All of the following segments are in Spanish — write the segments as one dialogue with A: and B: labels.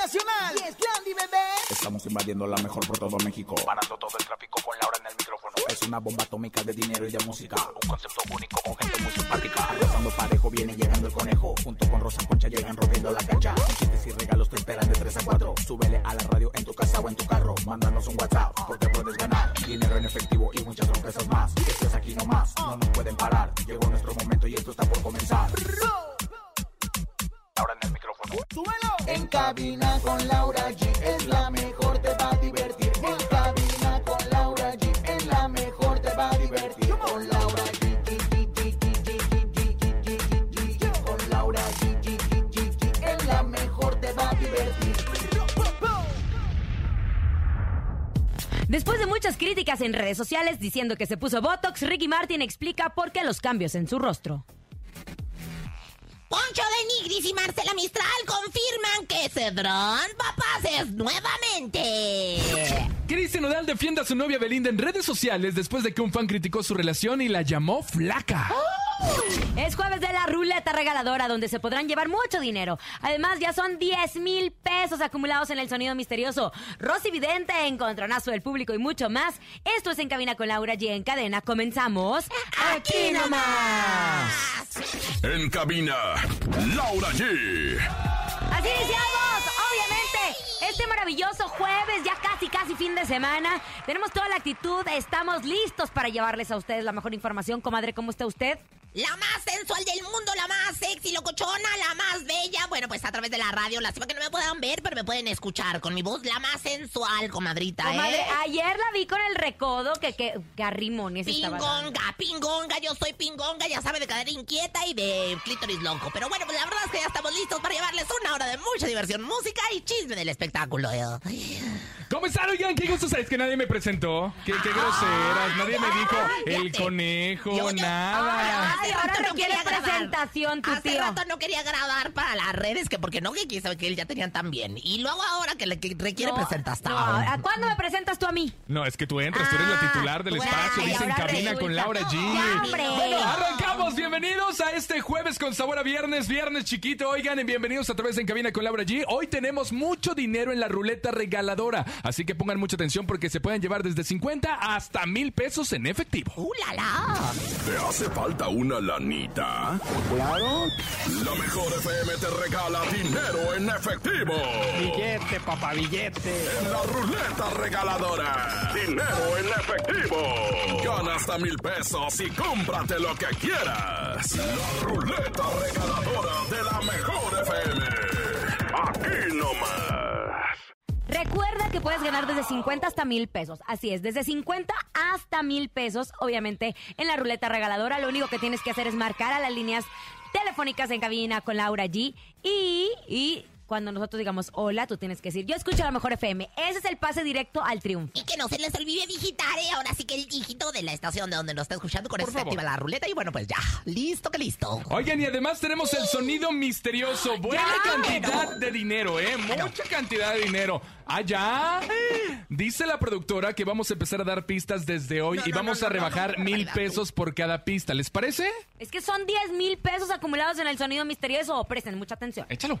A: Nacional. Y es Landy, bebé.
B: Estamos invadiendo la mejor por todo México.
C: Parando todo el tráfico con Laura en el micrófono.
B: Es una bomba atómica de dinero y de música.
C: Un concepto único con gente muy simpática.
B: Cuando parejo viene llegando el conejo. Junto con Rosa Concha llegan rompiendo la cancha. Chistes y regalos te esperan de 3 a 4. Súbele a la radio en tu casa o en tu carro. Mándanos un WhatsApp porque puedes ganar. Dinero en efectivo y muchas sorpresas más. Esto es aquí nomás. No nos pueden parar. Llegó nuestro momento y esto está por comenzar.
C: Ahora en el micrófono.
A: ¡Súbelo!
D: En cabina con Laura G es la mejor, te va a divertir. En cabina con Laura G es la mejor, te va a divertir. Con Laura G. G, G, G, G, G, G, G, G, G, G, G. Con Laura G, G, G, G, G, es la mejor, te va a divertir.
E: Después de muchas críticas en redes sociales diciendo que se puso Botox, Ricky Martin explica por qué los cambios en su rostro.
F: Poncho de Nigris y Marcela Mistral confirman que Cedrón Papás es nuevamente.
G: Cristian Nodal defiende a su novia Belinda en redes sociales después de que un fan criticó su relación y la llamó flaca.
E: Es jueves de la ruleta regaladora donde se podrán llevar mucho dinero. Además, ya son 10 mil pesos acumulados en el sonido misterioso. Rosy Vidente, encontronazo del público y mucho más. Esto es En Cabina con Laura G. En cadena comenzamos.
F: Aquí nomás.
H: En cabina, Laura G.
E: Así iniciamos, obviamente, este maravilloso jueves, ya casi, casi fin de semana. Tenemos toda la actitud, estamos listos para llevarles a ustedes la mejor información. Comadre, ¿cómo está usted?
F: La más sensual del mundo, la más sexy, locochona, la más bella. Bueno, pues a través de la radio, lástima que no me puedan ver, pero me pueden escuchar con mi voz, la más sensual, comadrita,
E: Comadre, ah,
F: ¿eh?
E: ayer la vi con el recodo que, que, que a rimones estaba dando.
F: Pingonga, pingonga, yo soy pingonga, ya sabe de cadera inquieta y de clítoris loco. Pero bueno, pues la verdad es que ya estamos listos para llevarles una hora de mucha diversión, música y chisme del espectáculo. ¿eh?
G: ¿Cómo están, oigan? Qué gusto sabes que nadie me presentó. Qué, qué
E: Ah,
G: groseras, nadie me dijo el
F: Yo-
G: conejo,
F: yo-
G: nada.
F: Hace
E: Ay,
F: rato
E: ahora
F: no
E: requiere
F: quería grabar.
E: presentación, tu
F: Hace
E: tío.
F: rato no quería grabar para las redes, que porque no, que quién sabe que él ya tenían tan bien. Y luego ahora que le que requiere
E: No,
F: presentación.
E: no, ¿a ¿Cuándo me presentas tú a mí?
G: No, es que tú entras, tú eres la
F: Ah,
G: titular del
F: güey,
G: espacio, dicen
E: ahora
G: cabina
E: resulta.
G: con Laura
E: Ya,
G: G.
E: hombre.
G: Bueno, arrancamos, bienvenidos a este jueves con sabor a viernes, viernes chiquito. Oigan, y bienvenidos a través de en cabina con Laura G. Hoy tenemos mucho dinero en la ruleta regaladora, así que pongan mucha atención porque se pueden llevar desde 50 hasta mil pesos en efectivo.
F: ¡Uh, la, la!
H: ¿Te hace falta una lanita? Claro. La mejor FM te regala dinero en efectivo.
I: Billete, papá, billete.
H: En la ruleta regaladora. Dinero en efectivo. Gana hasta mil pesos y cómprate lo que quieras. La ruleta regaladora de la mejor FM. Aquí nomás.
E: Recuerda que puedes ganar desde 50 hasta mil pesos. Así es, desde 50 hasta mil pesos, obviamente, en la ruleta regaladora. Lo único que tienes que hacer es marcar a las líneas telefónicas en cabina con Laura G. Y, y cuando nosotros digamos hola, tú tienes que decir, yo escucho la mejor FM. Ese es el pase directo al triunfo.
F: Y que no se les olvide digitar, ¿eh? Ahora sí que el dígito de la estación de donde lo está escuchando con
G: Por
F: eso se
G: favor.
F: activa la ruleta. Y bueno, pues ya. Listo que listo.
G: Oigan, y además tenemos el sonido misterioso. Buena
E: Ya,
G: cantidad de dinero, ¿eh? Mucha cantidad de dinero. Allá. Dice la productora que vamos a empezar a dar pistas desde hoy
F: No,
G: y
F: no,
G: vamos
F: no,
G: a
F: no,
G: rebajar
F: no, no,
G: mil
F: no, no.
G: pesos por cada pista. ¿Les parece?
E: Es que son 10 mil pesos acumulados en el sonido misterioso. Presten mucha atención.
G: Échalo.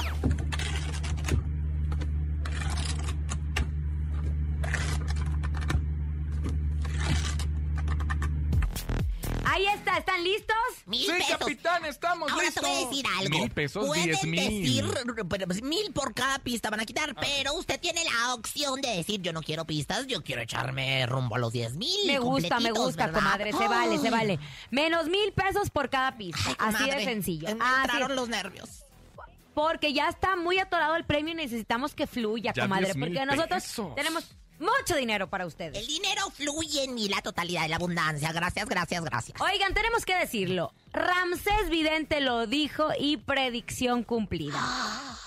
E: Ahí está, ¿están listos?
F: Mil pesos.
G: estamos
F: Ahora te voy a decir algo.
G: Mil pesos,
F: Pueden
G: diez
F: decir
G: mil. Ah,
F: pero, pues, mil por cada pista van a quitar, pero usted tiene la opción de decir yo no quiero pistas, yo quiero echarme rumbo a los diez mil.
E: Me gusta, me
F: completitos,
E: gusta,
F: ¿verdad?
E: comadre. Se vale, se
F: Ay,
E: vale. Menos mil pesos por cada pista.
F: ay,
E: Así de
F: comadre,
E: sencillo.
F: Me
E: Así
F: entraron
E: de-
F: los nervios.
E: Porque ya está muy atorado el premio y necesitamos que fluya,
G: Ya
E: comadre.
G: 10 mil
E: Porque nosotros
G: pesos.
E: tenemos mucho dinero para
F: El
E: ustedes.
F: dinero fluye en mí, la totalidad de la abundancia. Gracias, gracias, gracias.
E: Oigan, tenemos que decirlo. Ramsés Vidente lo dijo y predicción cumplida.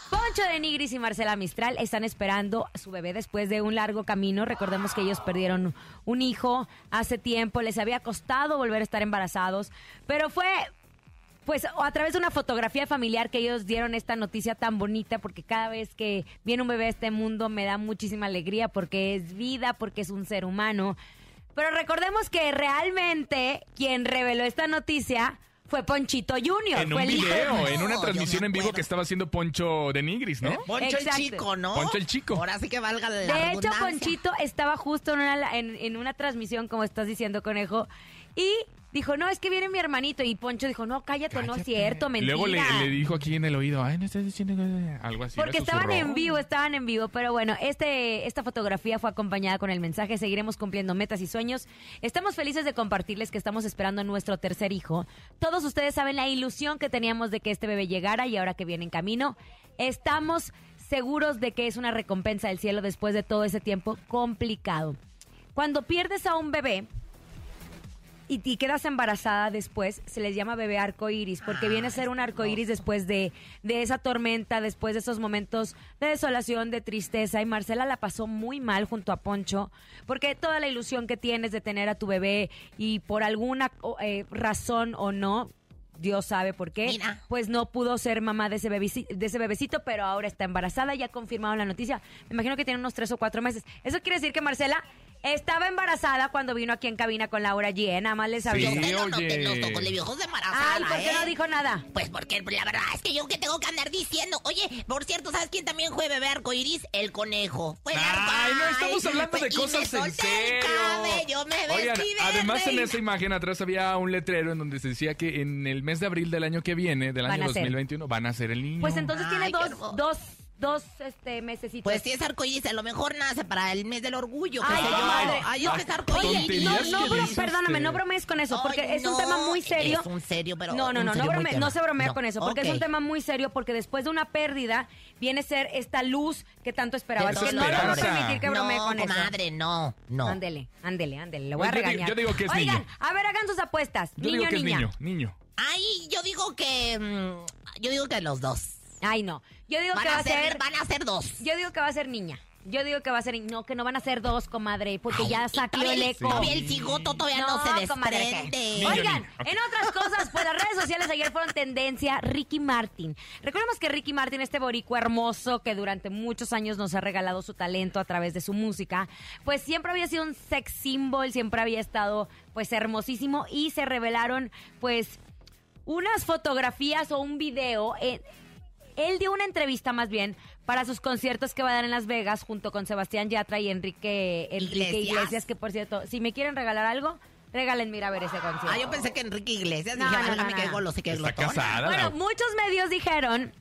E: Poncho de Nigris y Marcela Mistral están esperando a su bebé después de un largo camino. Recordemos que ellos perdieron un hijo hace tiempo, les había costado volver a estar embarazados, pero fue pues o a través de una fotografía familiar que ellos dieron esta noticia tan bonita, porque cada vez que viene un bebé a este mundo me da muchísima alegría porque es vida, porque es un ser humano. Pero recordemos que realmente quien reveló esta noticia fue Ponchito Junior.
G: En
E: fue el
G: un
E: hijo de
G: video,
E: Ponchito.
G: en una
F: No,
G: transmisión
F: yo me
G: en vivo
F: acuerdo.
G: que estaba haciendo Poncho de Nigris,
E: Eh,
G: ¿no?
F: Poncho
E: Exacto.
F: el chico, ¿no?
G: Poncho el chico.
F: Ahora sí que valga la
E: De hecho,
F: redundancia.
E: Ponchito estaba justo en una, en, en una transmisión, como estás diciendo, conejo, y dijo, no, es que viene mi hermanito. Y Poncho dijo, no, cállate, no es cierto,
G: Y
E: mentira.
G: luego le, le dijo aquí en el oído, ay, no estás diciendo que-". algo así. le
E: Porque estaban
G: susurró.
E: en vivo, estaban en vivo. Pero bueno, este, esta fotografía fue acompañada con el mensaje, seguiremos cumpliendo metas y sueños. Estamos felices de compartirles que estamos esperando a nuestro tercer hijo. Todos ustedes saben la ilusión que teníamos de que este bebé llegara y ahora que viene en camino, estamos seguros de que es una recompensa del cielo después de todo ese tiempo complicado. Cuando pierdes a un bebé, y, y quedas embarazada después, se les llama bebé arcoíris, porque viene a ser un arcoíris después de, de esa tormenta, después de esos momentos de desolación, de tristeza. Y Marcela la pasó muy mal junto a Poncho, porque toda la ilusión que tienes de tener a tu bebé y por alguna o, eh, razón o no. Dios sabe por qué.
F: Mira.
E: Pues no pudo ser mamá de ese, bebeci- de ese bebecito, pero ahora está embarazada, ya confirmaron la noticia. Me imagino que tiene unos tres o cuatro meses. Eso quiere decir que Marcela estaba embarazada cuando vino aquí en cabina con Laura G. ¿eh? Nada más les
F: Yo
E: avisó.
G: Sí,
F: no noté
G: oye.
F: los ojos de viejos de embarazada,
E: Ay, ¿por qué
F: ¿eh?
E: no dijo nada?
F: Pues porque la verdad es que yo que tengo que andar diciendo. Oye, por cierto, ¿sabes quién también fue bebé arcoiris? El conejo. Fue el arco-
G: Ay, no, estamos
F: Ay,
G: hablando de
F: pues, y me
G: cosas en
F: solté el
G: serio.
F: cabello, me vestí
G: Oigan,
F: de
G: además en
F: reina.
G: esa imagen atrás había un letrero en donde se decía que en el mes de abril del año que viene, del
E: Van
G: año
E: a ser.
G: 2021, van a ser el niño.
E: Pues entonces
F: Ay,
E: tiene
F: qué
E: dos,
F: hermoso.
E: dos, dos este, mesecitos.
F: Pues si es arcoíris, a lo mejor nace para el mes del orgullo.
E: Ay,
F: qué sé
E: qué
F: yo.
E: madre.
F: Ay, yo que es arcoíris.
E: Oye, no,
G: Ah, tonterías
E: no,
G: que
E: bro-
G: dices,
E: perdóname,
G: este.
E: no bromes con eso, porque
F: Ay,
E: es un
F: no,
E: tema muy serio.
F: es un serio, pero
E: No, no,
F: un
E: no,
F: serio
E: no,
F: muy
E: brome-
F: tierno.
E: no se bromea
F: No,
E: con eso, porque es un
F: ok.
E: tema muy serio, porque después de una pérdida viene a ser esta luz que tanto esperabas.
G: Eso
E: Que no le voy a
G: esperanza.
E: permitir que bromee
F: no,
E: con eso.
F: comadre, no, no.
E: Ándele, ándele, ándele, le voy a
G: Yo digo-
E: regañar.
G: yo digo que es
E: Oigan,
G: niño.
E: a ver, hagan sus apuestas.
G: Yo
E: niño,
G: digo que
E: niña.
G: es niño, niño.
F: Ay, yo digo que. mm, Yo digo que los dos.
E: Ay, no. Yo digo
F: Van
E: que va
F: a
E: a
F: ser,
E: ser
F: van a ser dos.
E: Yo digo que va a ser niña. Yo digo que va a ser niña. No, que no van a ser dos, comadre, porque ya
F: Y
E: saqueó
F: todavía
E: el eco.
F: Todavía el cigoto todavía no, se
E: comadre, ¿qué?
F: desprende.
G: Niño,
E: Oigan,
G: niño.
E: en otras cosas, pues las redes sociales ayer fueron tendencia Ricky Martin. Recordemos que Ricky Martin, este boricua hermoso que durante muchos años nos ha regalado su talento a través de su música, pues siempre había sido un sex symbol, siempre había estado pues hermosísimo y se revelaron pues unas fotografías o un video. eh, él dio una entrevista más bien para sus conciertos que va a dar en Las Vegas junto con Sebastián Yatra y Enrique, Enrique
F: Iglesias.
E: Iglesias. que por cierto, si me quieren regalar algo, regálenme ir a ver ese concierto.
F: Ah, yo pensé que Enrique Iglesias.
E: No,
F: dije,
E: no,
F: no,
E: no,
F: me
E: no.
F: quedé goloso, que
G: Está
F: glotón.
G: casada.
E: Bueno,
G: la-
E: muchos medios dijeron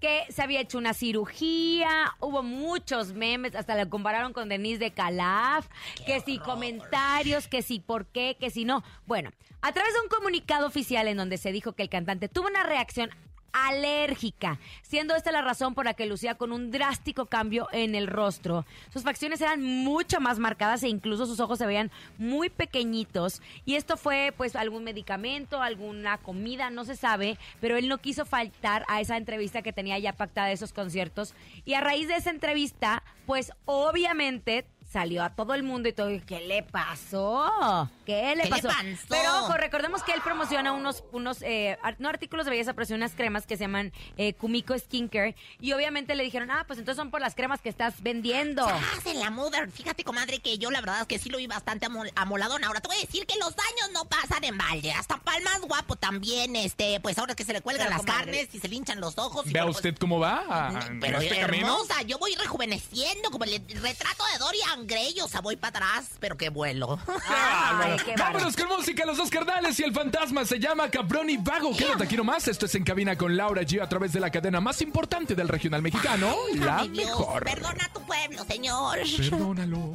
E: que se había hecho una cirugía, hubo muchos memes, hasta la compararon con Denise de Calaf, que si comentarios, que si por qué, que si no. Bueno, a través de un comunicado oficial en donde se dijo que el cantante tuvo una reacción alérgica, siendo esta la razón por la que lucía con un drástico cambio en el rostro. Sus facciones eran mucho más marcadas e incluso sus ojos se veían muy pequeñitos. Y esto fue pues algún medicamento, alguna comida, no se sabe, pero él no quiso faltar a esa entrevista que tenía ya pactada de esos conciertos. Y a raíz de esa entrevista, pues obviamente salió a todo el mundo y todo, ¿qué le pasó? ¿Qué le
F: ¿Qué le
E: pasó?
F: pasó?
E: Pero ojo, recordemos que él promociona unos, unos eh, ar- no artículos de belleza, pero sí unas cremas que se llaman eh, Kumiko Skincare. Y obviamente le dijeron, ah, pues entonces son por las cremas que estás vendiendo.
F: Estás en la mother. Fíjate, comadre, que yo la verdad es que sí lo vi bastante amol- amoladona. Ahora te voy a decir que los daños no pasan en balde. Hasta Palmas guapo también, este, pues ahora que se le cuelgan
E: Pero,
F: las
E: comadre.
F: carnes y se le hinchan los ojos. y
G: Vea
F: bueno, pues,
G: usted cómo va a- a- en
F: Pero
G: este camino.
F: hermosa, yo voy rejuveneciendo como el retrato de Dorian Gray, o sea, voy para atrás, pero qué vuelo.
E: Ay, qué bárbaro.
G: Vámonos con música, los dos carnales y el fantasma se llama Cabrón y Vago. Quédate aquí nomás. Esto es En Cabina con Laura G a través de la cadena más importante del regional mexicano, La
F: Ay, Dios,
G: Mejor.
F: Perdona a tu pueblo, señor.
G: Perdónalo.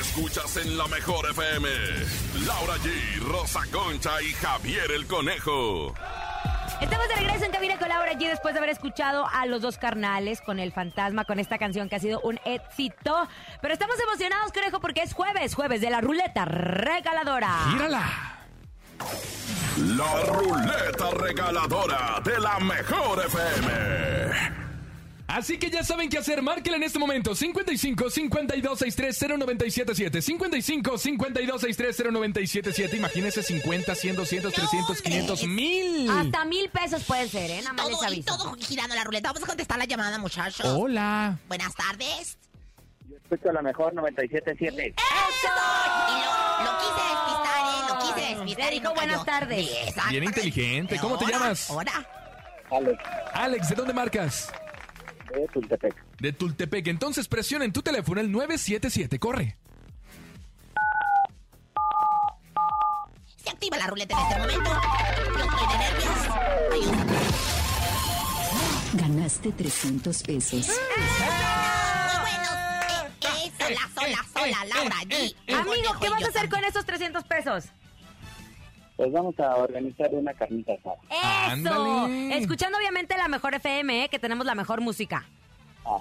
H: Escuchas en la mejor FM. Laura G, Rosa Concha y Javier el Conejo.
E: Estamos de regreso en Cabina con Laura G después de haber escuchado a los dos carnales con el fantasma, con esta canción que ha sido un éxito. Pero estamos emocionados, conejo, porque es jueves, jueves de la ruleta regaladora.
G: Mírala.
H: La ruleta regaladora de la mejor FM.
G: Así que ya saben qué hacer, márquenla en este momento 55 52 63 0977 55 52 63 0977 Imagínense 50, 100, 200, 300, 500, 1000
E: Hasta mil pesos pueden ser, ¿eh? Nada más les
F: Todo, y
E: aviso. Oh.
F: todo girando la ruleta. Vamos a contestar la llamada, muchachos.
G: Hola
F: Buenas tardes.
A: Escucho la mejor 97.7.
F: Y lo, lo quise despistar, ¿eh? Lo quise
E: Le
F: contestar. y
E: dijo
F: no
E: buenas
F: cayó.
E: tardes.
F: Exactamente.
G: Bien inteligente. ¿Cómo te
F: Ahora,
G: llamas?
F: Ahora.
G: Alex, ¿de dónde marcas?
A: de Tultepec.
G: De Tultepec. Entonces presiona en tu teléfono el 977. Corre.
F: Se activa la ruleta en este momento. Yo estoy de nervios. Hay un
J: Ganaste 300 pesos.
F: Ah, muy buenos. Eh, eh, sola, sola, sola, Laura
E: Eh,
F: G.
E: Amigo, ¿qué
F: Conejo
E: vas
F: y
E: a
F: yo
E: hacer con esos 300 pesos?
A: Pues vamos a organizar una carnita asada.
E: ¡Eso!
G: Ándale.
E: Escuchando obviamente la mejor FM, ¿eh? que tenemos la mejor música.
A: Ah,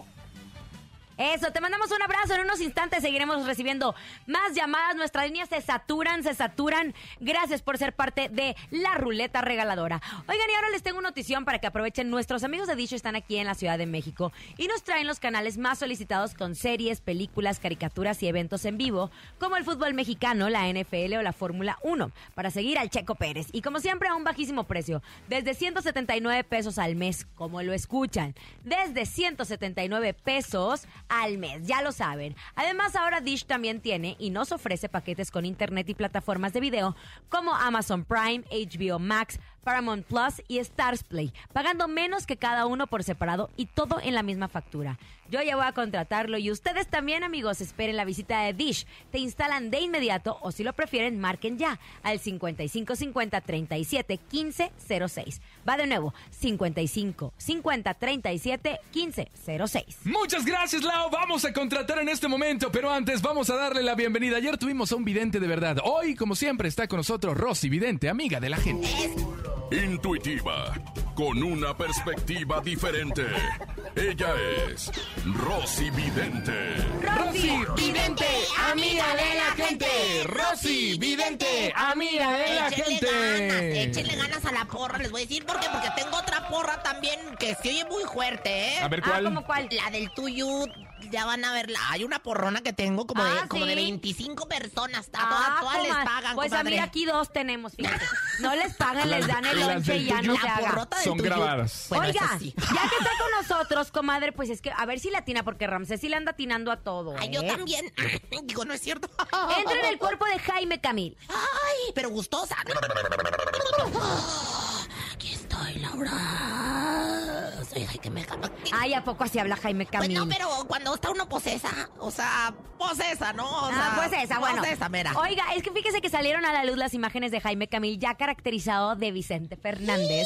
E: Eso, te mandamos un abrazo. En unos instantes seguiremos recibiendo más llamadas. Nuestras líneas se saturan, se saturan. Gracias por ser parte de la ruleta regaladora. Oigan, y ahora les tengo una notición para que aprovechen. Nuestros amigos de Dicho están aquí en la Ciudad de México y nos traen los canales más solicitados con series, películas, caricaturas y eventos en vivo, como el fútbol mexicano, la NFL o la Fórmula 1, para seguir al Checo Pérez. Y como siempre, a un bajísimo precio, desde 179 pesos al mes, como lo escuchan, desde 179 pesos al mes, ya lo saben. Además, ahora Dish también tiene y nos ofrece paquetes con internet y plataformas de video como Amazon Prime, HBO Max, Paramount Plus y Stars Play, pagando menos que cada uno por separado y todo en la misma factura. Yo ya voy a contratarlo y ustedes también, amigos, esperen la visita de Dish. Te instalan de inmediato o si lo prefieren, marquen ya al 55 50 37 15 06. Va de nuevo, 55 50 37 15 06.
G: Muchas gracias, Lau. Vamos a contratar en este momento, pero antes vamos a darle la bienvenida. Ayer tuvimos a un vidente de verdad. Hoy, como siempre, está con nosotros Rosy, vidente, amiga de la gente.
H: Intuitiva, con una perspectiva diferente. Ella es Rosy Vidente.
G: Rosy,
F: vidente, amiga de la gente. Rosy, vidente,
G: amiga de
F: ganas, échenle ganas a la porra, les voy a decir por qué, porque tengo otra porra también que se oye muy fuerte, ¿eh?
G: A ver
E: Ah,
G: cuál.
E: ¿cómo cuál?
F: La del tuyo, ya van a verla. Hay una porrona que tengo como, de,
E: Ah,
F: como de
E: ¿sí?
F: 25 personas. A
E: Ah,
F: todas, todas les
E: comadre.
F: pagan,
E: Pues a
F: comadre.
E: mí aquí dos tenemos, fíjate. No les pagan,
G: Las-
E: les dan el
G: las
E: lonche
G: del
E: y ya no
G: Tuyut
E: se
F: La
E: haga.
F: porrota del
G: Son
F: tuyo.
G: grabadas.
F: Bueno, eso
E: Oiga,
F: sí.
E: ya que está con nosotros, comadre, pues es que a ver si latina, porque Ramsés sí le anda atinando a todo.
F: Ay, yo
E: ¿eh?
F: también. Digo, no es cierto.
E: Entra en el cuerpo de Jaime Camil.
F: Ay, pero gustosa. Aquí estoy, Laura. Soy Jaime Camil.
E: Ay, ¿a poco así habla Jaime
F: Pues
E: Camil?
F: no, pero cuando está uno posesa, o sea, posesa, ¿no? O sea,
E: Ah, pues esa, bueno.
F: Posesa, mira.
E: Oiga, es que fíjese que salieron a la luz las imágenes de Jaime Camil ya caracterizado de Vicente Fernández.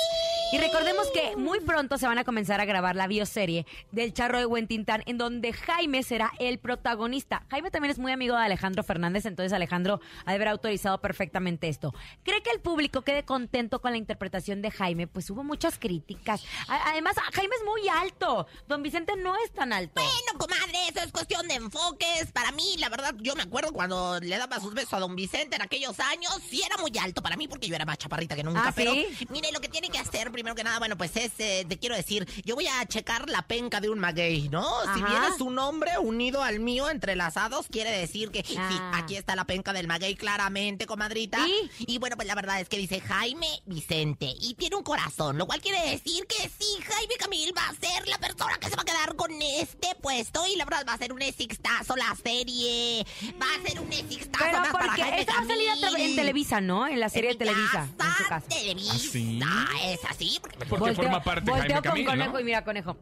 E: Y recordemos que muy pronto se van a comenzar a grabar la bioserie del Charro de Huentintán, en donde Jaime será el protagonista. Jaime también es muy amigo de Alejandro Fernández, entonces Alejandro ha de haber autorizado perfectamente esto. ¿Cree que el público quede contento con la interpretación de Jaime? Pues hubo muchas críticas. A- Además, Jaime es muy alto. Don Vicente no es tan alto.
F: Bueno, comadre, eso es cuestión de enfoques. Para mí, la verdad, yo me acuerdo cuando le daba sus besos a don Vicente en aquellos años, sí era muy alto para mí porque yo era más chaparrita que nunca.
E: ¿Ah,
F: pero
E: sí?
F: mire, lo que tiene que hacer, primero que nada, bueno, pues es, eh, te quiero decir, yo voy a checar la penca de un maguey, ¿no? Si
E: Ajá.
F: vienes un hombre unido al mío, entrelazados, quiere decir que sí,
E: Ah.
F: aquí está la penca del maguey claramente, comadrita.
E: ¿Y?
F: Y bueno, pues la verdad es que dice Jaime Vicente y tiene un corazón, lo cual quiere decir que sí, Jaime Camil va a ser la persona que se va a quedar con este puesto y la verdad va a ser un exitazo la serie. Va a ser un exitazo
E: Pero
F: más para
E: porque
F: Jaime
E: esta va a salir a tra- en
F: Camil.
E: Televisa, ¿no? En la serie de
F: En mi
E: Televisa,
F: casa,
E: en su casa.
F: Televisa.
G: ¿Ah, sí?
F: Es así, porque me
G: Porque forma parte de Jaime
E: volteo
G: Camil,
E: con
G: ¿no?
E: conejo y mira conejo.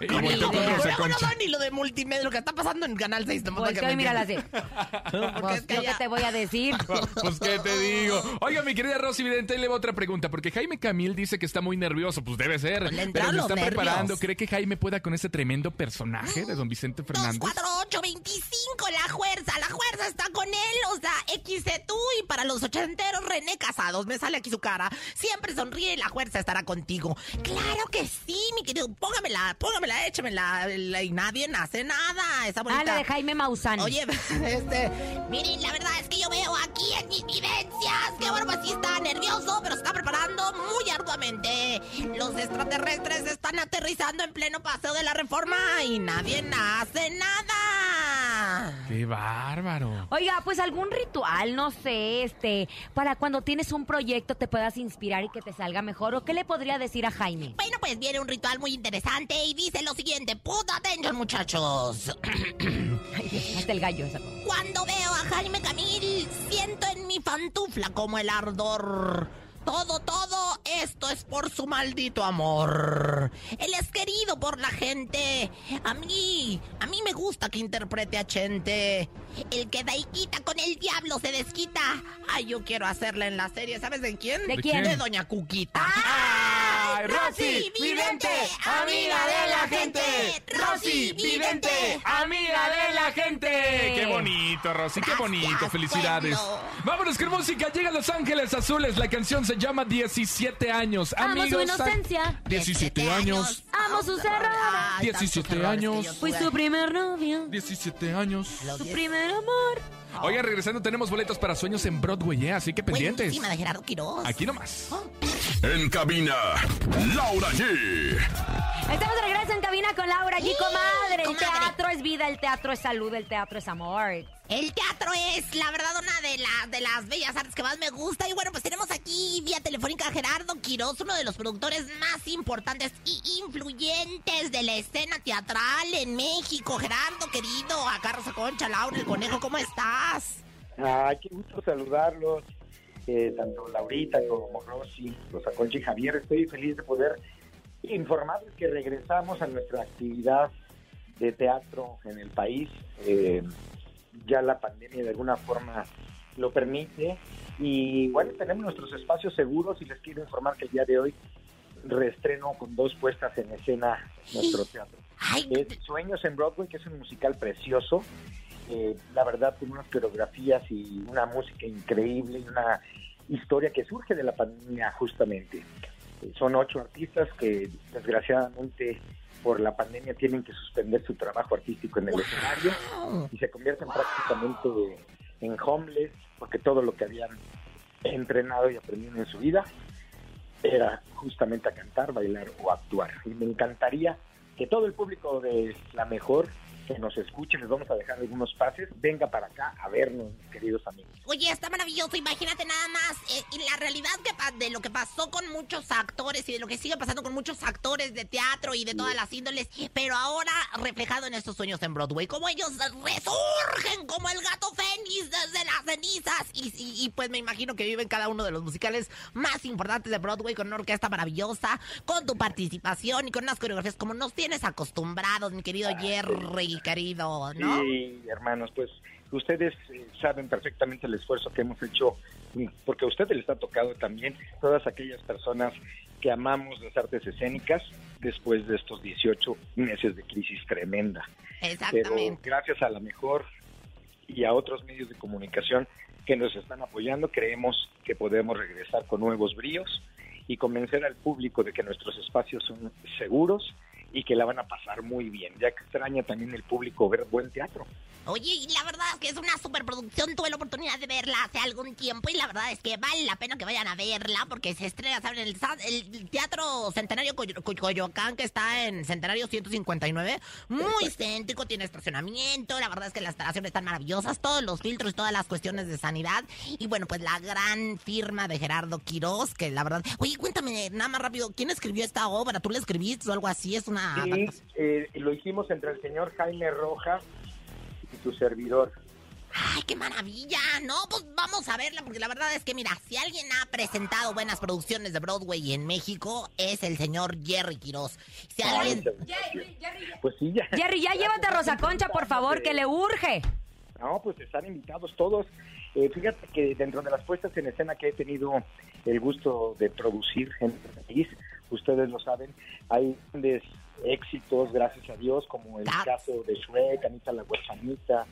G: Y volteó con Rosa
F: Luego no
G: Concha.
F: dan ni lo de multimedia, lo que está pasando en Canal 6. tampoco que
E: Volteo
F: me
E: y mira las de.
F: entiendan.
E: Pues,
F: es que
E: ¿yo qué
F: ya-
E: te voy a decir?
G: Pues qué te digo. Oiga, mi querida Rosy Vidente, le va otra pregunta, porque Jaime Camil dice que está muy nervioso, pues debe ser.
F: le
G: Pero
F: entraron
G: lo
F: los
G: está preparando.
F: nervios.
G: ¿Cree que Jaime pueda con ese tremendo personaje de Don Vicente Fernández?
F: 24825, la fuerza, la fuerza está con él, o sea, XC tú y para los ochenteros René Casados, me sale aquí su cara, siempre sonríe y la fuerza estará contigo. Claro que sí, mi querido, póngamela, póngamela, échamela, la- y nadie hace nada, esa bonita.
E: Ah, la de Jaime Maussan.
F: Oye, este, miren, la verdad es que yo veo aquí en mis vivencias que bueno, pues sí está nervioso, pero se está preparando muy arduamente. Los extraterrestres están aterrizando en pleno paseo de la reforma y nadie hace nada.
G: ¡Qué bárbaro!
E: Oiga, pues algún ritual, no sé, este, para cuando tienes un proyecto te puedas inspirar y que te salga mejor. ¿O qué le podría decir a Jaime?
F: Bueno, pues viene un ritual muy interesante y dice lo siguiente, puta atención muchachos.
E: Hasta el gallo esa cosa.
F: Cuando veo a Jaime Camil, siento en mi mi pantufla como el ardor. Todo, todo esto es por su maldito amor. Él es querido por la gente. A mí, a mí me gusta que interprete a Chente. El que da y quita con el diablo se desquita. Ay, yo quiero hacerla en la serie. ¿Sabes de quién?
E: ¿De quién?
F: De Doña Cuquita.
E: ¡Ay, Rosy,
F: vidente,
E: amiga de la gente!
F: Rosy, vidente,
G: ¡Amiga de la gente! ¡Qué bonito, Rosy! ¡Qué bonito!
F: Gracias,
G: ¡Felicidades!
F: pueblo.
G: Vámonos con música. Llega Los Ángeles Azules. La canción se llama 17 años.
E: Amo su
G: Amigos, san-
E: inocencia.
F: Este
G: 17 años.
E: Amo sus errores.
F: Ay, tantos
G: 17
F: errores que
G: años.
F: yo tuve.
E: Fui su primer novio,
G: 17 años.
E: su primer amor.
G: Oigan, regresando tenemos boletos para sueños en Broadway, ¿eh? Así que pendientes.
F: Buenísima de Gerardo Quiroz.
G: Aquí nomás.
H: En cabina, Laura G.
E: Estamos de regreso en cabina con Laura G, comadre. El
F: comadre.
E: teatro es vida, el teatro es salud, el teatro es amor.
F: El teatro es, la verdad, una de, la- de las bellas artes que más me gusta. Y bueno, pues tenemos aquí vía telefónica a Gerardo Quiroz, uno de los productores más importantes y influyentes de la escena teatral en México. Gerardo, querido, a Carlos Concha, Laura, el conejo, ¿cómo estás?
A: Ay, qué gusto saludarlos, eh, tanto Laurita como Rosy, los Acolche y Javier. Estoy feliz de poder informarles que regresamos a nuestra actividad de teatro en el país. Eh, ya la pandemia de alguna forma lo permite. Y bueno, tenemos nuestros espacios seguros y les quiero informar que el día de hoy reestreno con dos puestas en escena nuestro teatro
F: Ay,
A: es Sueños en Broadway, que es un musical precioso. Eh, la verdad, con unas coreografías y una música increíble y una historia que surge de la pandemia justamente. Eh, son ocho artistas que desgraciadamente por la pandemia tienen que suspender su trabajo artístico en el escenario y se convierten prácticamente en homeless porque todo lo que habían entrenado y aprendido en su vida era justamente a cantar, bailar o actuar. Y me encantaría que todo el público de la mejor que nos escuche, les vamos a dejar algunos pases, venga para acá a vernos, mis queridos amigos.
F: Oye, está maravilloso. Imagínate nada más eh, y la realidad que pa- de lo que pasó con muchos actores y de lo que sigue pasando con muchos actores de teatro y de todas las índoles, pero ahora reflejado en estos sueños en Broadway. Como ellos resurgen como el gato fénix desde las cenizas. Y, y- y, pues me imagino que viven cada uno de los musicales más importantes de Broadway con una orquesta maravillosa, con tu participación y con unas coreografías como nos tienes acostumbrados, mi querido Jerry, querido, ¿no?
A: Sí, hermanos, pues ustedes eh, saben perfectamente el esfuerzo que hemos hecho, mm, porque a ustedes les ha tocado también todas aquellas personas que amamos las artes escénicas después de estos 18 meses de crisis tremenda. pero
F: Exactamente.
A: gracias a la mejor y a otros medios de comunicación que nos están apoyando, creemos que podemos regresar con nuevos bríos y convencer al público de que nuestros espacios son seguros y que la van a pasar muy bien. Ya extraña también el público ver buen teatro.
F: Oye, y la verdad es que es una superproducción. Tuve la oportunidad de verla hace algún tiempo y la verdad es que vale la pena que vayan a verla porque se estrena, ¿saben? En El, sa- el Teatro Centenario Coyo- Coy- Coyoacán, que está en Centenario 159. Muy céntrico, tiene estacionamiento. La verdad es que las instalaciones están maravillosas. Todos los filtros, todas las cuestiones de sanidad. Y bueno, pues la gran firma de Gerardo Quirós, que la verdad. Oye, cuéntame nada más rápido, ¿quién escribió esta obra? ¿Tú la escribiste o algo así? Es una.
A: Y eh, lo hicimos entre el señor Jaime Rojas y tu servidor.
F: ¡Ay, qué maravilla! No, pues vamos a verla, porque la verdad es que, mira, si alguien ha presentado buenas producciones de Broadway en México, es el señor Jerry Quiroz. Si alguien...
A: Ah, Pues sí, ya.
E: Jerry, ya llévate a Rosa Concha, por favor, que le urge.
A: No, pues están invitados todos. Eh, fíjate que dentro de las puestas en escena que he tenido el gusto de producir en el país, ustedes lo saben, hay grandes éxitos, gracias a Dios, como el
F: Cats.
A: caso de Shrek, Anita la huerfanita,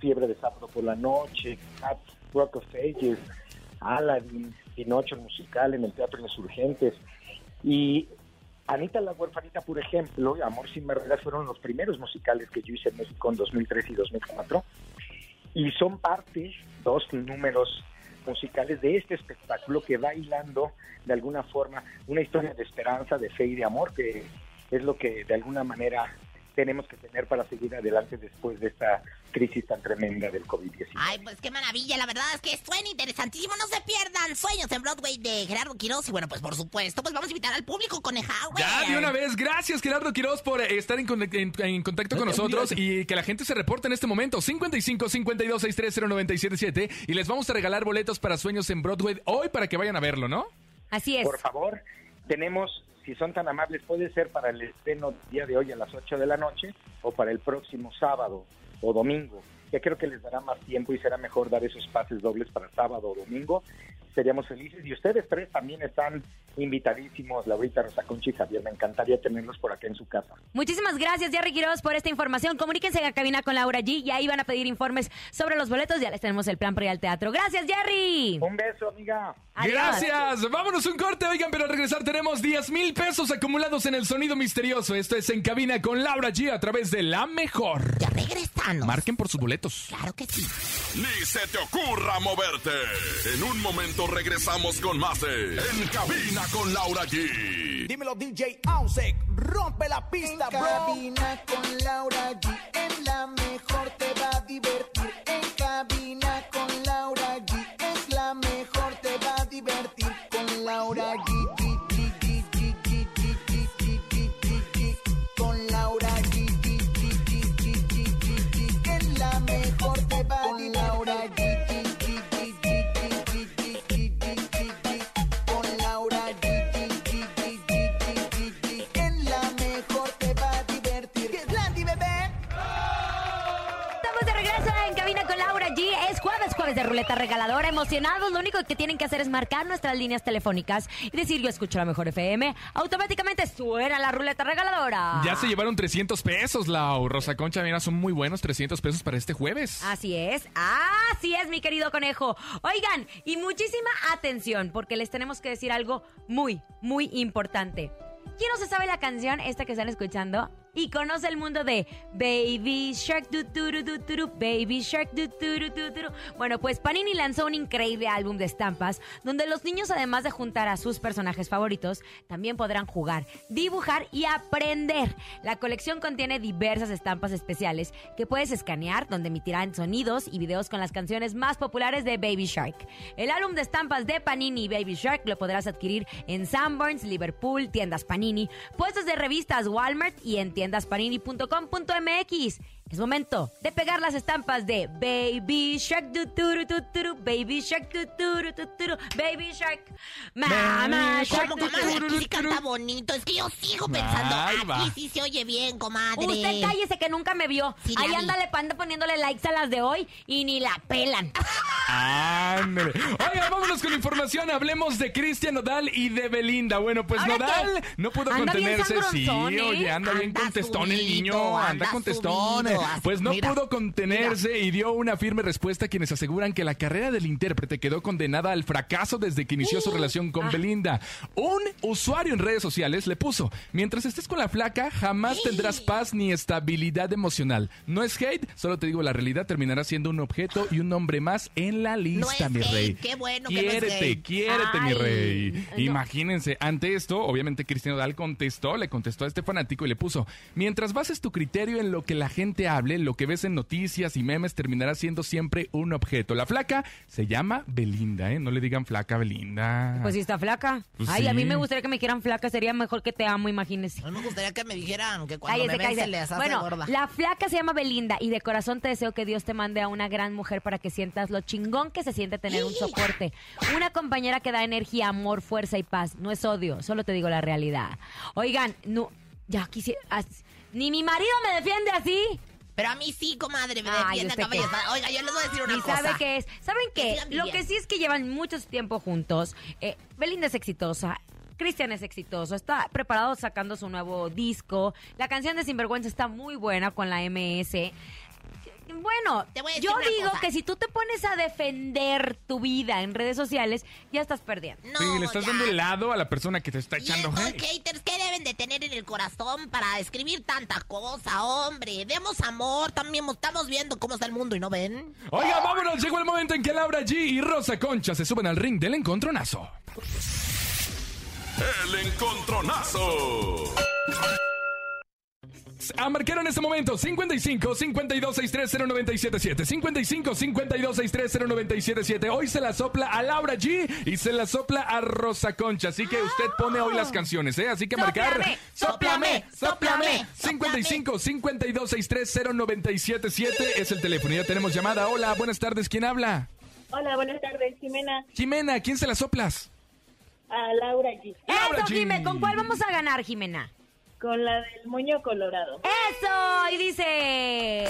A: Fiebre de sábado por la noche, Cats, Rock of Ages, Aladdin, Pinocho el musical en el Teatro Insurgentes. Y Anita la huerfanita, por ejemplo, y Amor sin barreras fueron los primeros musicales que yo hice en México en 2003 y 2004 y son parte, dos números musicales de este espectáculo que va hilando de alguna forma una historia de esperanza, de fe y de amor, que es lo que de alguna manera tenemos que tener para seguir adelante después de esta crisis tan tremenda del COVID-19.
F: Ay, pues qué maravilla, la verdad es que suena interesantísimo, no se pierdan Sueños en Broadway de Gerardo Quiroz y bueno, pues por supuesto, pues vamos a invitar al público con
G: Ya, de una vez, gracias Gerardo Quiroz por eh, estar en, con- en- en contacto con nosotros y que la gente se reporte en este momento. 55 52 630 977 y les vamos a regalar boletos para Sueños en Broadway hoy para que vayan a verlo, ¿no?
E: Así es.
A: Por favor, tenemos, si son tan amables, puede ser para el estreno del día de hoy a las 8 de la noche o para el próximo sábado o domingo. Ya creo que les dará más tiempo y será mejor dar esos pases dobles para sábado o domingo. Seríamos felices. Y ustedes tres también están invitadísimos, Laurita, Rosa Concha y Javier. Me encantaría tenerlos por acá en su casa.
E: Muchísimas gracias, Jerry Quiroz, por esta información. Comuníquense a cabina con Laura G. Y ahí van a pedir informes sobre los boletos. Ya les tenemos el plan para ir al teatro. Gracias, Jerry.
A: Un beso, amiga.
E: Adiós.
G: Gracias, vámonos un corte, oigan, pero al regresar tenemos 10 mil pesos acumulados en el sonido misterioso. Esto es En Cabina con Laura G a través de La Mejor.
F: Ya regresamos.
G: Marquen por sus boletos.
F: Claro que sí.
H: Ni se te ocurra moverte. En un momento regresamos con más de En Cabina con Laura G.
I: Dímelo, DJ Ausek. Rompe la pista,
D: En
I: bro.
D: cabina con Laura G. En la mejor te va a divertir. En cabina con Laura G. Es la mejor te va a divertir. Con Laura G. G, G, G, G, G, G, G, G, G, G, G. Con Laura G. G, G, G, G, G, G, G. En la mejor te va a divertir. Con Laura G. G, G, G, G, G, G, G, G, G, G. Con Laura G. G, G, G, G, G, G, G. En la mejor te va a divertir. ¡Que es Landy, bebé!
E: Estamos de regreso en Cabina con Laura G. Es jueves, jueves de ruleta regaladora. Emocionados, lo único que tienen que hacer es marcar nuestras líneas telefónicas y decir yo escucho la mejor FM. Automáticamente suena la ruleta regaladora.
G: Ya se llevaron 300 pesos, Lau. Rosa Concha, mira, son muy buenos 300 pesos para este jueves.
E: Así es, así es, mi querido conejo. Oigan, y muchísima atención, porque les tenemos que decir algo muy, muy importante. ¿Quién no se sabe la canción esta que están escuchando? Y conoce el mundo de Baby Shark du, tu, ru, du, tu, ru, Baby Shark du, tu, ru, tu, tu, ru. Bueno, pues Panini lanzó un increíble álbum de estampas donde los niños además de juntar a sus personajes favoritos, también podrán jugar, dibujar y aprender. La colección contiene diversas estampas especiales que puedes escanear, donde emitirán sonidos y videos con las canciones más populares de Baby Shark. El álbum de estampas de Panini y Baby Shark lo podrás adquirir en Sanborns, Liverpool, tiendas Panini, puestos de revistas Walmart y en tiendaspanini.com.mx. Es momento de pegar las estampas de Baby Shark, du, turu, tu, turu, Baby Shark, du, turu, tu, turu, Baby Shark, Mama Shark.
F: ¿Cómo,
E: du,
F: comadre?
E: turu,
F: Aquí
E: tu,
F: sí
E: turu.
F: canta bonito. Es que yo sigo pensando.
G: Ahí va.
F: Aquí sí se oye bien, comadre.
E: Usted cállese que nunca me vio.
F: Sí, la
E: Ahí
F: vi.
E: ándale, panda poniéndole likes a las de hoy y ni la pelan.
G: Ándale. Oigan, vámonos con información. Hablemos de Cristian Nodal y de Belinda. Bueno, pues
E: Ahora
G: Nodal
E: que
G: no pudo
E: anda bien
G: contenerse. Sí,
E: sangrón, ¿eh?
G: oye, anda bien
F: Anda
G: contestón el
F: subido,
G: niño. Anda
F: anda
G: contestón.
F: subido, así,
G: Pues no
F: mira,
G: pudo contenerse y dio una firme respuesta a quienes aseguran que la carrera del intérprete quedó condenada al fracaso desde que inició su relación
F: Ah.
G: con Belinda. Un usuario en redes sociales le puso: Mientras estés con la flaca, jamás tendrás paz ni estabilidad emocional. No es hate, solo te digo la realidad terminará siendo un objeto y un hombre más en la lista
F: No
G: lista,
F: es
G: mi
F: gay,
G: rey.
F: qué bueno que no es
G: quiérete,
F: gay.
G: quiérete, mi
E: Ay,
G: rey.
E: no.
G: Imagínense, ante esto, obviamente Cristiano Dal contestó, le contestó a este fanático y le puso, mientras bases tu criterio en lo que la gente hable, lo que ves en noticias y memes terminará siendo siempre un objeto. La flaca se llama Belinda, ¿eh? No le digan flaca Belinda.
E: Pues sí está flaca.
G: Pues
E: Ay, a mí
G: sí.
E: me gustaría que me quieran flaca, sería mejor que te amo, imagínese.
F: A mí me gustaría que me dijeran que cuando
E: Cállese,
F: me ven se
E: cállese.
F: les hace
E: Bueno,
F: gorda.
E: la flaca se llama Belinda y de corazón te deseo que Dios te mande a una gran mujer para que sientas lo chingón que se siente tener un soporte. Una compañera que da energía, amor, fuerza y paz. No es odio, solo te digo la realidad. Oigan, no, ya quisiera... as- Ni mi marido me defiende así.
F: Pero a mí sí, comadre, me
E: Ay,
F: defiende
E: ¿usted qué?
F: caballesada. Oiga, yo les voy a decir una
E: Ni
F: cosa.
E: sabe qué es. ¿Saben qué?
F: sigan
E: Lo
F: viviendo.
E: que sí es que llevan mucho tiempo juntos. Eh, Belinda es exitosa. Cristian es exitoso, está preparado sacando su nuevo disco. La canción de Sinvergüenza está muy buena con la MS. Bueno,
F: Te voy a decir
E: yo
F: una
E: digo
F: cosa.
E: que si tú te pones a defender tu vida en redes sociales, ya estás perdiendo.
F: No,
G: Sí, le estás
F: ya.
G: dando helado a la persona que te está
F: Y
G: echando ¿eh?
F: estos
G: hate.
F: haters, ¿qué deben de tener en el corazón para escribir tanta cosa, hombre? Demos amor, también estamos viendo cómo está el mundo y no ven.
G: Oiga, vámonos, llegó el momento en que Laura G y Rosa Concha se suben al ring del encontronazo.
H: El encontronazo.
G: es a marcar en este momento 55 52 630 977 55 52 630 977 Hoy se la sopla a Laura G y se la sopla a Rosa Concha. Así que usted pone hoy las canciones, ¿eh? Así que marcar.
E: Sóplame,
F: ¡Ah! sóplame, sóplame,
G: 55 52 630 977 es el teléfono. Ya tenemos llamada. Hola, buenas tardes. ¿Quién habla?
K: Hola, buenas tardes, Jimena.
G: Jimena, ¿quién se la soplas?
K: A Laura G.
G: Laura
E: Eso,
G: G.
E: Jimé, ¿con cuál vamos a ganar, Jimena?
K: Con la del moño colorado.
E: ¡Eso! Y dice.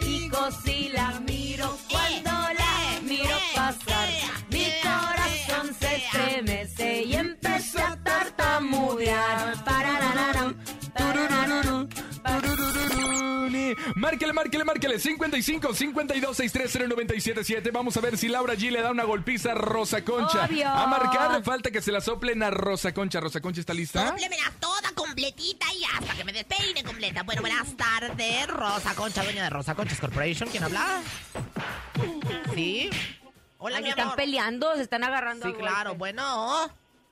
E: Digo si la miro cuando la miro pasar. Mi corazón se estremece y empecé a tartamudear. Pararararam, tararararam.
G: Tururururuni. Márquele, márquele, márquele. 55 52 630 977. Vamos a ver si Laura G le da una golpiza a Rosa Concha.
E: Obvio.
G: A marcar, falta que se la soplen a Rosa Concha. ¿Rosa Concha está lista?
F: Sóplemela toda completita y hasta que me despeine completa. Bueno, buenas tardes, Rosa Concha, dueña de Rosa Conchas Corporation. ¿Quién habla? ¿Sí? Hola,
E: Ay,
F: mi
E: se están
F: amor.
E: peleando, se están agarrando.
F: Sí,
E: a
F: claro,
E: golpes.
F: bueno.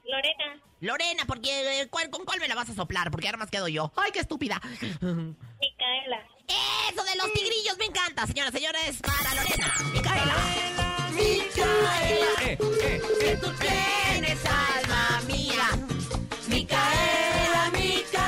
K: Lorena,
F: Lorena, porque eh, ¿cuál- ¿con cuál me la vas a soplar? Porque ahora más quedo yo. ¡Ay, qué estúpida!
K: Micaela,
F: Eso de los tigrillos me encanta, señoras, señores, para Lorena. Micaela. Micaela.
G: Eh, eh, eh.
F: Tú tienes alma mía. Micaela, Micaela.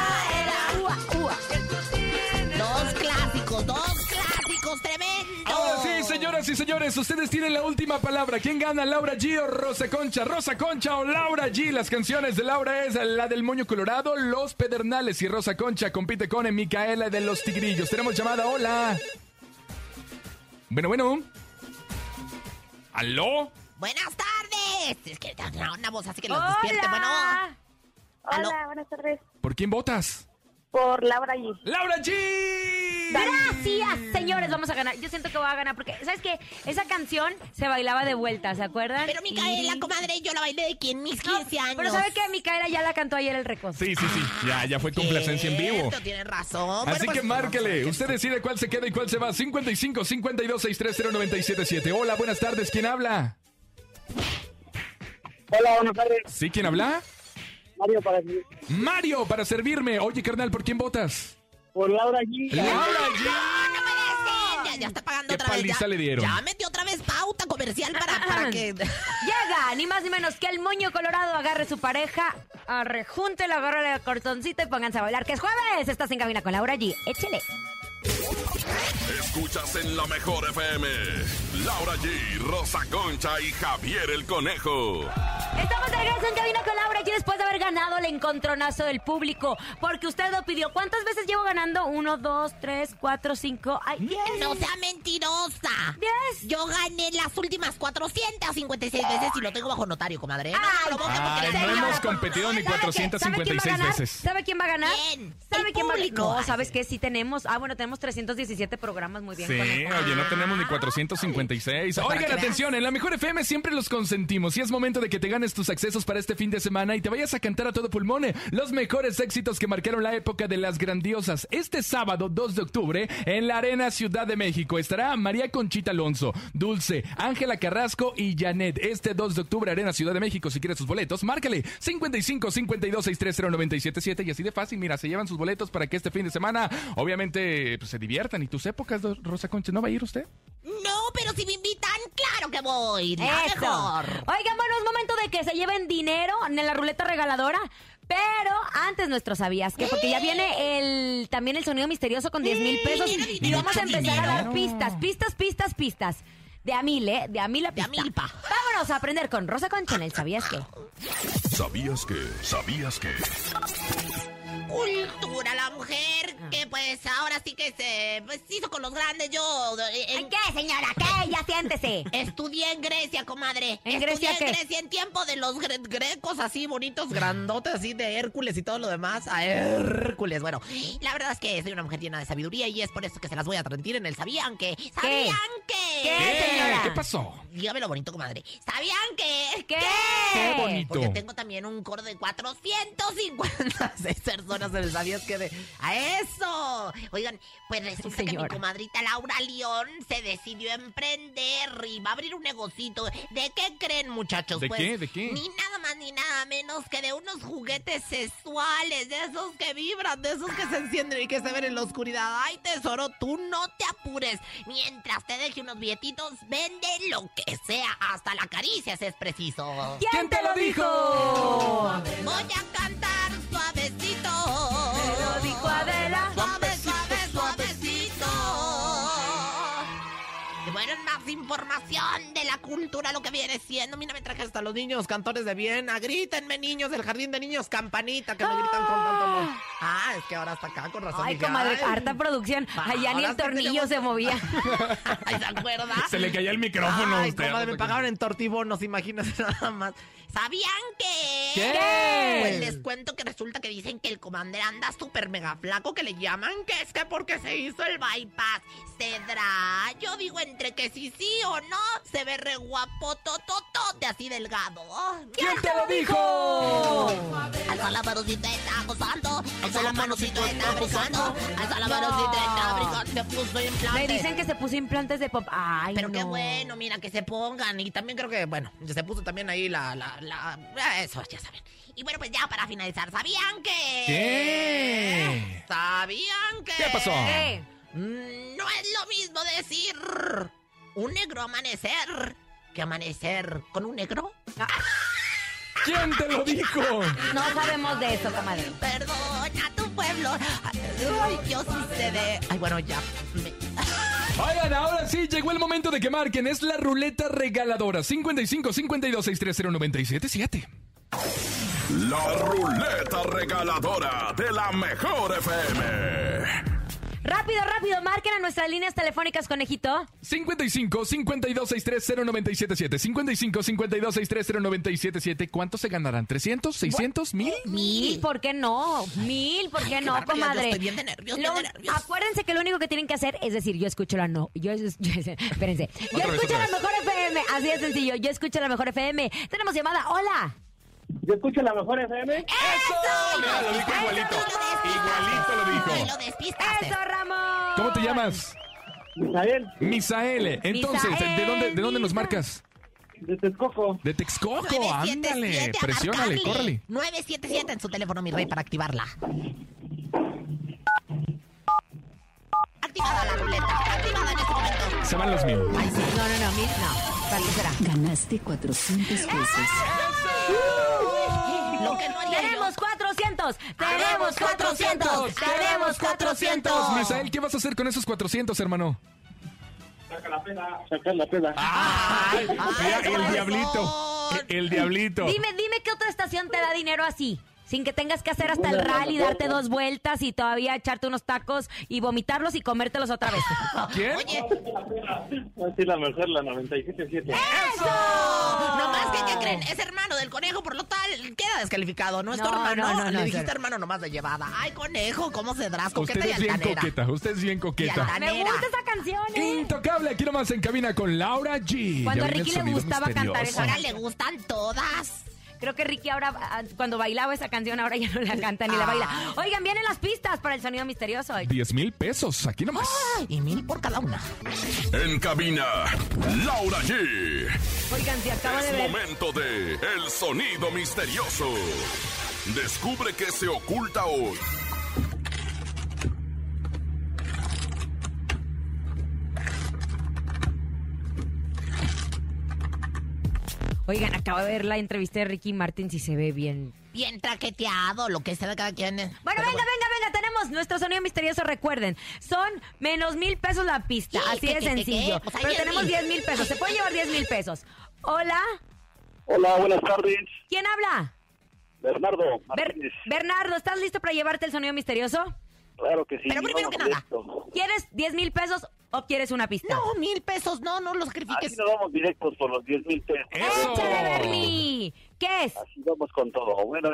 F: Dos clásicos, dos clásicos tremendos.
G: Ahora sí, señoras y señores, ustedes tienen la última palabra. ¿Quién gana, Laura G o Rosa Concha? Rosa Concha o Laura G. Las canciones de Laura es la del Moño Colorado, Los Pedernales y Rosa Concha compite con Micaela de los Tigrillos. Tenemos llamada, hola. Bueno, bueno. ¿Aló?
F: Buenas tardes. Es que tiene una voz así que los despierte. Bueno,
E: ¡Hola!
F: Aló.
K: Hola, buenas tardes.
G: ¿Por quién votas?
K: Por Laura G.
G: ¡Laura G!
E: Gracias, señores, vamos a ganar. Yo siento que voy a ganar porque, ¿sabes qué? Esa canción se bailaba de vuelta, ¿se acuerdan?
F: pero Micaela,
E: Y-
F: comadre, yo la bailé de quien mis 15 años.
E: Pero ¿sabe qué? Micaela ya la cantó ayer el recoso.
G: Sí, sí, sí. Ya, ya fue complacencia en vivo.
F: Cierto, Tienes razón. Bueno,
G: Así
F: pues,
G: que márquele. Usted decide cuál se queda y cuál se va. 55 52 630 977. Hola, buenas tardes. ¿Quién habla?
A: Hola, buenas tardes.
G: ¿Sí? ¿Quién habla?
A: Mario para ti.
G: Mario, para servirme. Oye, carnal, ¿por quién votas?
A: Por Laura G.
G: ¡Laura G!
F: No puede ser, Ya, ya está pagando
G: Qué
F: otra vez.
G: paliza
F: ya,
G: le dieron.
F: Ya metió otra vez pauta comercial para, para que.
E: Llega, ni más ni menos que el moño colorado agarre su pareja, arrejúntelo, agárrale el cortoncito y pónganse a bailar, que es jueves. Estás en cabina con Laura G. Échele.
H: Escuchas en la mejor FM. Laura G, Rosa Concha y Javier el Conejo.
E: Estamos de regreso en cabina con Laura G después de haber ganado el encontronazo del público, porque usted lo pidió. ¿Cuántas veces llevo ganando? Uno, dos, tres, cuatro, cinco, ay, diez.
F: No sea mentirosa.
E: Diez.
F: Yo gané las últimas 456 veces y lo tengo bajo notario, comadre. No, no,
E: Ay,
F: lo vote porque
G: Ay,
F: le
G: no
F: tengo-
G: hemos competido ni
E: ¿Sabe qué? ¿Sabe quién va a
G: 456
E: ganar?
G: veces.
E: ¿Sabe quién va a ganar?
F: ¿Quién?
E: ¿Sabe
F: El
E: quién va a ganar?
F: público.
E: No, ¿sabes qué? Sí tenemos. Ah, bueno, tenemos 317 programas muy bien.
G: Sí,
E: Conejo.
G: oye, no tenemos ni 456.
F: Pues para que
G: Oigan,
F: veas.
G: atención, en la Mejor FM siempre los consentimos y es momento de que te ganes tus accesos para este fin de semana y te vayas a cantar a todo pulmón eh, los mejores éxitos que marcaron la época de las grandiosas. Este sábado 2 de octubre en la Arena Ciudad de México estará María Conchita Alonso, Dulce, Ángela Carrasco y Janet. Este 2 de octubre Arena Ciudad de México, si quieres sus boletos, márcale 55 52 630 977 y así de fácil, mira, se llevan sus boletos para que este fin de semana obviamente pues, se diviertan y tus épocas, do- Rosa Concha, ¿no va a ir usted?
F: No, pero si me invitan, claro que voy. La
E: Eso.
F: mejor.
E: Oigan, bueno, es momento de que se lleven dinero en la ruleta regaladora. Pero antes nuestro sabías que porque ya viene el también el sonido misterioso con 10 mil pesos
F: Dinero,
E: y
F: dinero,
E: vamos a empezar a dar
F: dinero.
E: pistas, pistas, pistas, pistas. De a mil, ¿eh? De a mil a
F: De a
E: pista.
F: mil, pa.
E: Vámonos a aprender con Rosa Concha en el ¿Sabías qué?
H: ¿Sabías que? ¿Sabías que?
F: Cultura, la mujer
E: Ah.
F: que pues ahora sí que se pues, hizo con los grandes. Yo eh, en-
E: ¿En qué, señora? ¿Qué? Ya siéntese.
F: Estudié en Grecia, comadre.
E: ¿En
F: Estudié
E: Grecia qué? Mm.
F: en Grecia en tiempo de los gre- grecos así bonitos, grandotes, así de Hércules y todo lo demás. A Hércules. Bueno, la verdad es que soy una mujer llena de sabiduría y es por eso que se las voy a transmitir en el ¿Sabían que? ¿Sabían que?
E: ¿Qué, señora?
G: ¿Qué pasó?
F: Dígame lo bonito, comadre. ¿Sabían que?
E: ¿Qué?
G: Qué bonito.
F: Porque tengo también un coro de 456 personas en el ¿Sabías que? De... A eso. ¡Eso! Oigan, pues resulta que mi
E: señora.
F: comadrita Laura León se decidió a emprender y va a abrir un negocito. ¿De qué creen, muchachos?
G: ¿De
F: Pues,
G: qué? ¿De qué?
F: Ni nada más ni nada menos que de unos juguetes sexuales, de esos que vibran, de esos que se encienden y que se ven en la oscuridad. Ay, tesoro, tú no te apures. Mientras te deje unos billetitos, vende lo que sea, hasta la caricia si es preciso.
E: ¿Quién te lo dijo?
F: Voy a cantar suavecito.
E: Te lo dijo Adela.
F: Suave, suave, suavecito. Y bueno, más información de la cultura, lo que viene siendo. Mira, me traje hasta los niños cantores de Viena. Grítenme, niños del jardín de niños, campanita, que me gritan con tanto amor. Ah, es que ahora está acá, con razón.
E: Ay,
F: dije,
E: comadre,
F: ay.
E: harta producción. Allá ni
F: Ahora
E: el
F: sí
E: tornillo
F: tenemos-
E: se movía.
F: Ay, ¿se acuerda?
G: Se le caía el micrófono a
D: Ay,
G: usted.
D: comadre, me pagaban en tortibonos, imagínate nada más.
F: ¿Sabían que?
G: ¿Qué?
F: Pues les cuento que resulta que dicen que el comandante anda súper mega flaco, que le llaman que es que porque se hizo el bypass. ¿Cedra? Yo digo entre que sí, sí o no, se ve re guapo, tototote, así delgado.
G: ¿Quién te lo dijo?
F: Alza la manosita, está gozando. Alza la manosita, está brincando. Alza la manosita, está brincando. Se puso implante.
E: Me dicen que se puso implantes de pop. Ay,
F: Pero
E: no.
F: qué bueno, mira, que se pongan. Y también creo que, bueno, se puso también ahí la, la, la... Eso, ya saben. Y bueno, pues ya para finalizar, ¿sabían que...?
G: ¿Qué?
F: ¿Sabían que...?
G: ¿Qué pasó?
E: ¿Qué?
F: Mm, No es lo mismo decir un negro amanecer que amanecer con un negro.
G: ¿Quién te lo dijo?
E: Ah, No sabemos de eso, comadre.
F: Perdona tu pueblo. Ay, Dios, sí se ve. Ay, bueno, ya. Me-
G: Oigan, ahora sí, llegó el momento de que marquen. Es la ruleta regaladora. 55 52 630 977.
H: La ruleta regaladora de la mejor FM.
E: Rápido, rápido, marquen a nuestras líneas telefónicas, conejito.
G: 55 52 630 977. 55 52 630 977. ¿Cuántos se ganarán? ¿300? ¿600? ¿1000?
E: Mil, ¿por qué no? Mil, ¿por qué no,
F: bárbaro, ya
E: comadre?
F: estoy bien de nervios,
E: Lo-
F: bien de nervios.
E: Acuérdense que lo único que tienen que hacer es decir, yo escucho la no. Yo, es- yo- espérense. Yo
G: Otra vez,
E: escucho
G: otra
E: la
G: vez.
E: mejor FM. Así de sencillo. Yo escucho la mejor FM. Tenemos llamada. Hola.
A: Yo escucho la mejor FM.
G: ¡Eso! Mira, lo dijo igualito. Igualito lo
F: Ay,
G: dijo.
F: lo despistaste.
E: Eso, Ramón.
G: ¿Cómo te llamas?
A: Misael,
G: Misael. Entonces,
E: Misael,
G: ¿de dónde, ¿de dónde nos
E: Misa-
G: marcas?
A: de Texcoco.
G: De Texcoco. Ándale. Presiónale, córrele.
F: 977 en su teléfono, mi rey, para activarla. Activada la ruleta. Activada en este momento.
G: Se van los mil.
E: Ay, sí. No, no, no, mil, no. ¿Para qué será?
J: Ganaste 400 pesos.
F: ¡Ah! Lo que no haría yo.
E: Tenemos 400. Tenemos 400. Tenemos 400.
G: Misael, ¿qué vas a hacer con esos 400, hermano?
A: Saca la peda. Saca la peda.
G: ¡Ay!
F: ay, corazón.
G: el diablito. El diablito.
E: Dime, dime qué otra estación te da dinero así. Sin que tengas que hacer hasta el rally, darte dos vueltas y todavía echarte unos tacos y vomitarlos y comértelos otra vez.
G: ¿Quién?
F: Oye,
A: Así la mejor, la 97.7.
F: nomás Oh, que, ¿qué creen? Es hermano del conejo, por lo tal, queda descalificado. No es tu
E: No,
F: hermano.
E: no, no, no,
F: Le
E: es
F: dijiste
E: her-
F: hermano nomás de llevada. Ay, conejo, ¿cómo cedrás?
G: Usted
F: Coqueta y
G: es bien
F: altanera.
G: coqueta. Usted es bien coqueta.
F: altanera.
E: Me gusta esa canción, ¿eh?
G: Intocable, aquí nomás en cabina con Laura
E: Cuando
G: G. Ya
E: a
G: viene el
E: Ricky le
G: sonido
E: gustaba cantar esa
F: Ahora
G: misterioso.
F: le gustan todas.
E: Creo que Ricky ahora, ah, cuando bailaba esa canción, ahora ya no la canta ni la
F: Ah.
E: baila. Oigan, vienen las pistas para el sonido misterioso.
G: 10 mil pesos, aquí nomás.
E: ¡Ah!
F: Y mil por cada una.
H: En cabina, Laura G.
E: Oigan, si acabo de
H: Es
E: ver.
H: momento de El Sonido Misterioso. Descubre qué se oculta hoy.
E: Oigan, acabo de ver la entrevista de Ricky Martin si se ve bien.
F: Bien traqueteado, lo que sea de cada quien.
E: Bueno, venga, venga, venga, tenemos nuestro sonido misterioso, recuerden. Son menos mil pesos la pista,
F: Sí,
E: así
F: que,
E: de
F: que, que,
E: sencillo.
F: que, pues ahí
E: Pero
F: diez
E: tenemos
F: mil.
E: 10 mil pesos, se puede llevar 10 mil pesos. Hola,
A: Hola, buenas tardes.
E: ¿quién habla?
A: Bernardo
E: Ber-
A: Martínez.
E: Bernardo, ¿estás listo para llevarte el sonido misterioso?
A: Claro que sí.
F: Pero primero
A: vamos
F: que nada.
A: directo.
E: ¿Quieres 10 mil pesos o quieres una pista?
F: No, mil pesos, no, no lo
A: Aquí
F: sacrifiques.
A: nos vamos directos por los 10 mil pesos.
E: ¿Eh?
G: Eso.
E: ¡Échale, Bernie! ¿Qué es?
A: Así vamos con todo. Bueno,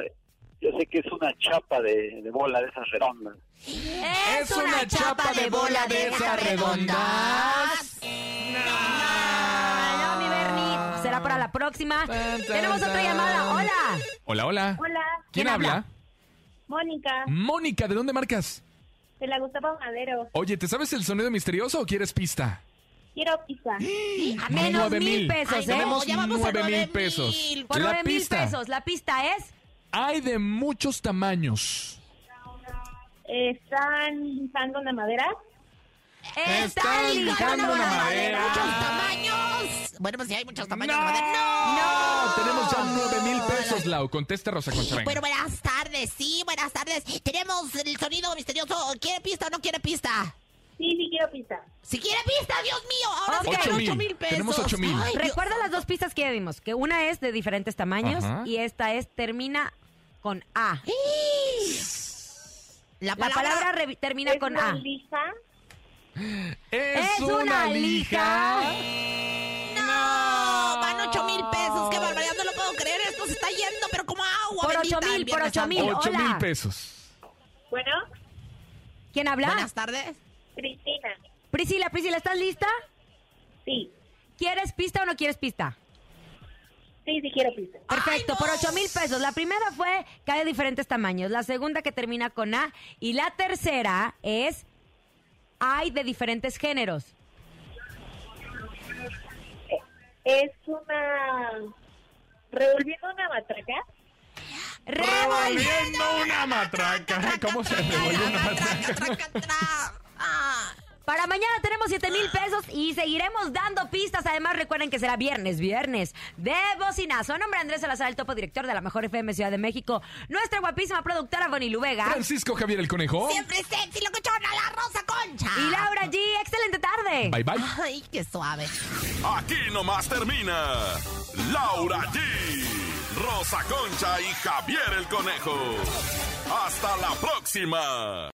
A: yo sé que es una chapa de, de bola de esas redondas.
E: Es una chapa de bola de esas redondas. No, mi Bernie, será para la próxima. Tenemos otra llamada, hola.
G: Hola, hola.
K: Hola,
G: ¿Quién habla?
K: Mónica,
G: Mónica, ¿de dónde marcas?
K: Texcoco. Se la gustaba Madero.
G: Oye, ¿te sabes el sonido misterioso o quieres pista?
K: Quiero pizza.
E: A menos
G: Nueve
E: mil pesos,
F: Ay,
E: ¿eh?
F: no, ya vamos a
G: Nueve mil
F: nueve
G: pesos.
F: mil.
E: Por
G: La
E: nueve mil
G: pista.
E: pesos. La pista es.
G: Hay de muchos tamaños.
K: Eh, Están usando una madera.
E: Están lijando
F: Bueno,
E: una
F: bueno, hay
E: madera.
F: muchos tamaños. Bueno, pues sí, hay muchos tamaños.
G: ¡No!
F: de madera. ¡No!
G: Ah, tenemos ya nueve mil pesos, Lau. Contesta Rosa Concha. venga.
F: Bueno, buenas tardes, sí, buenas tardes. Tenemos el sonido misterioso. ¿Quiere pista o no quiere pista?
K: Sí, sí, quiero pizza.
F: Si quiere pista, Dios mío, ahora
E: Ok.
F: sí
E: Ocho
F: ocho
G: mil.
F: mil pesos.
G: Tenemos ocho mil.
F: Ay, Dios.
E: Recuerda las dos pistas que ya dimos, que una es de diferentes tamaños
G: Ajá.
E: y esta es termina con A.
F: La
E: La
F: palabra,
E: palabra re- termina
K: Es
E: con
K: una
E: A.
K: lija.
G: Es una lija.
F: No, van ocho mil pesos. Qué barbaridad, no lo puedo creer. Esto se está yendo, pero como agua.
E: Por
F: bendita,
E: ocho mil,
F: el
E: por
F: Viernes
E: ocho
F: Santo.
E: mil.
G: Ocho
E: Hola.
G: mil pesos.
K: Bueno,
E: ¿Quién habla?
F: Buenas tardes.
K: Cristina.
E: Priscila, Priscila, ¿estás lista?
K: Sí.
E: ¿Quieres pista o no quieres pista?
K: Sí, sí, quiero pizza.
E: Perfecto,
F: no.
E: por ocho mil pesos. La primera fue que hay de diferentes tamaños, la segunda que termina con A y la tercera es hay de diferentes géneros.
K: Es una. Revolviendo una matraca.
E: Revolviendo.
G: una matraca. ¿Cómo se revolvió una
F: Traca,
G: matraca?
F: traca, traca. Ah.
E: Para mañana tenemos 7 mil pesos y seguiremos dando pistas. Además, recuerden que será viernes, viernes de bocinazo. A nombre de Andrés Salazar, el topo director de la mejor FM Ciudad de México, nuestra guapísima productora Bonnie Vega
G: Francisco Javier el Conejo.
F: Siempre sexy, locochona, la rosa concha.
E: y Laura G. Excelente tarde.
G: Bye bye.
F: Ay, qué suave.
H: Aquí nomás termina Laura G, Rosa Concha y Javier el Conejo. Hasta la próxima.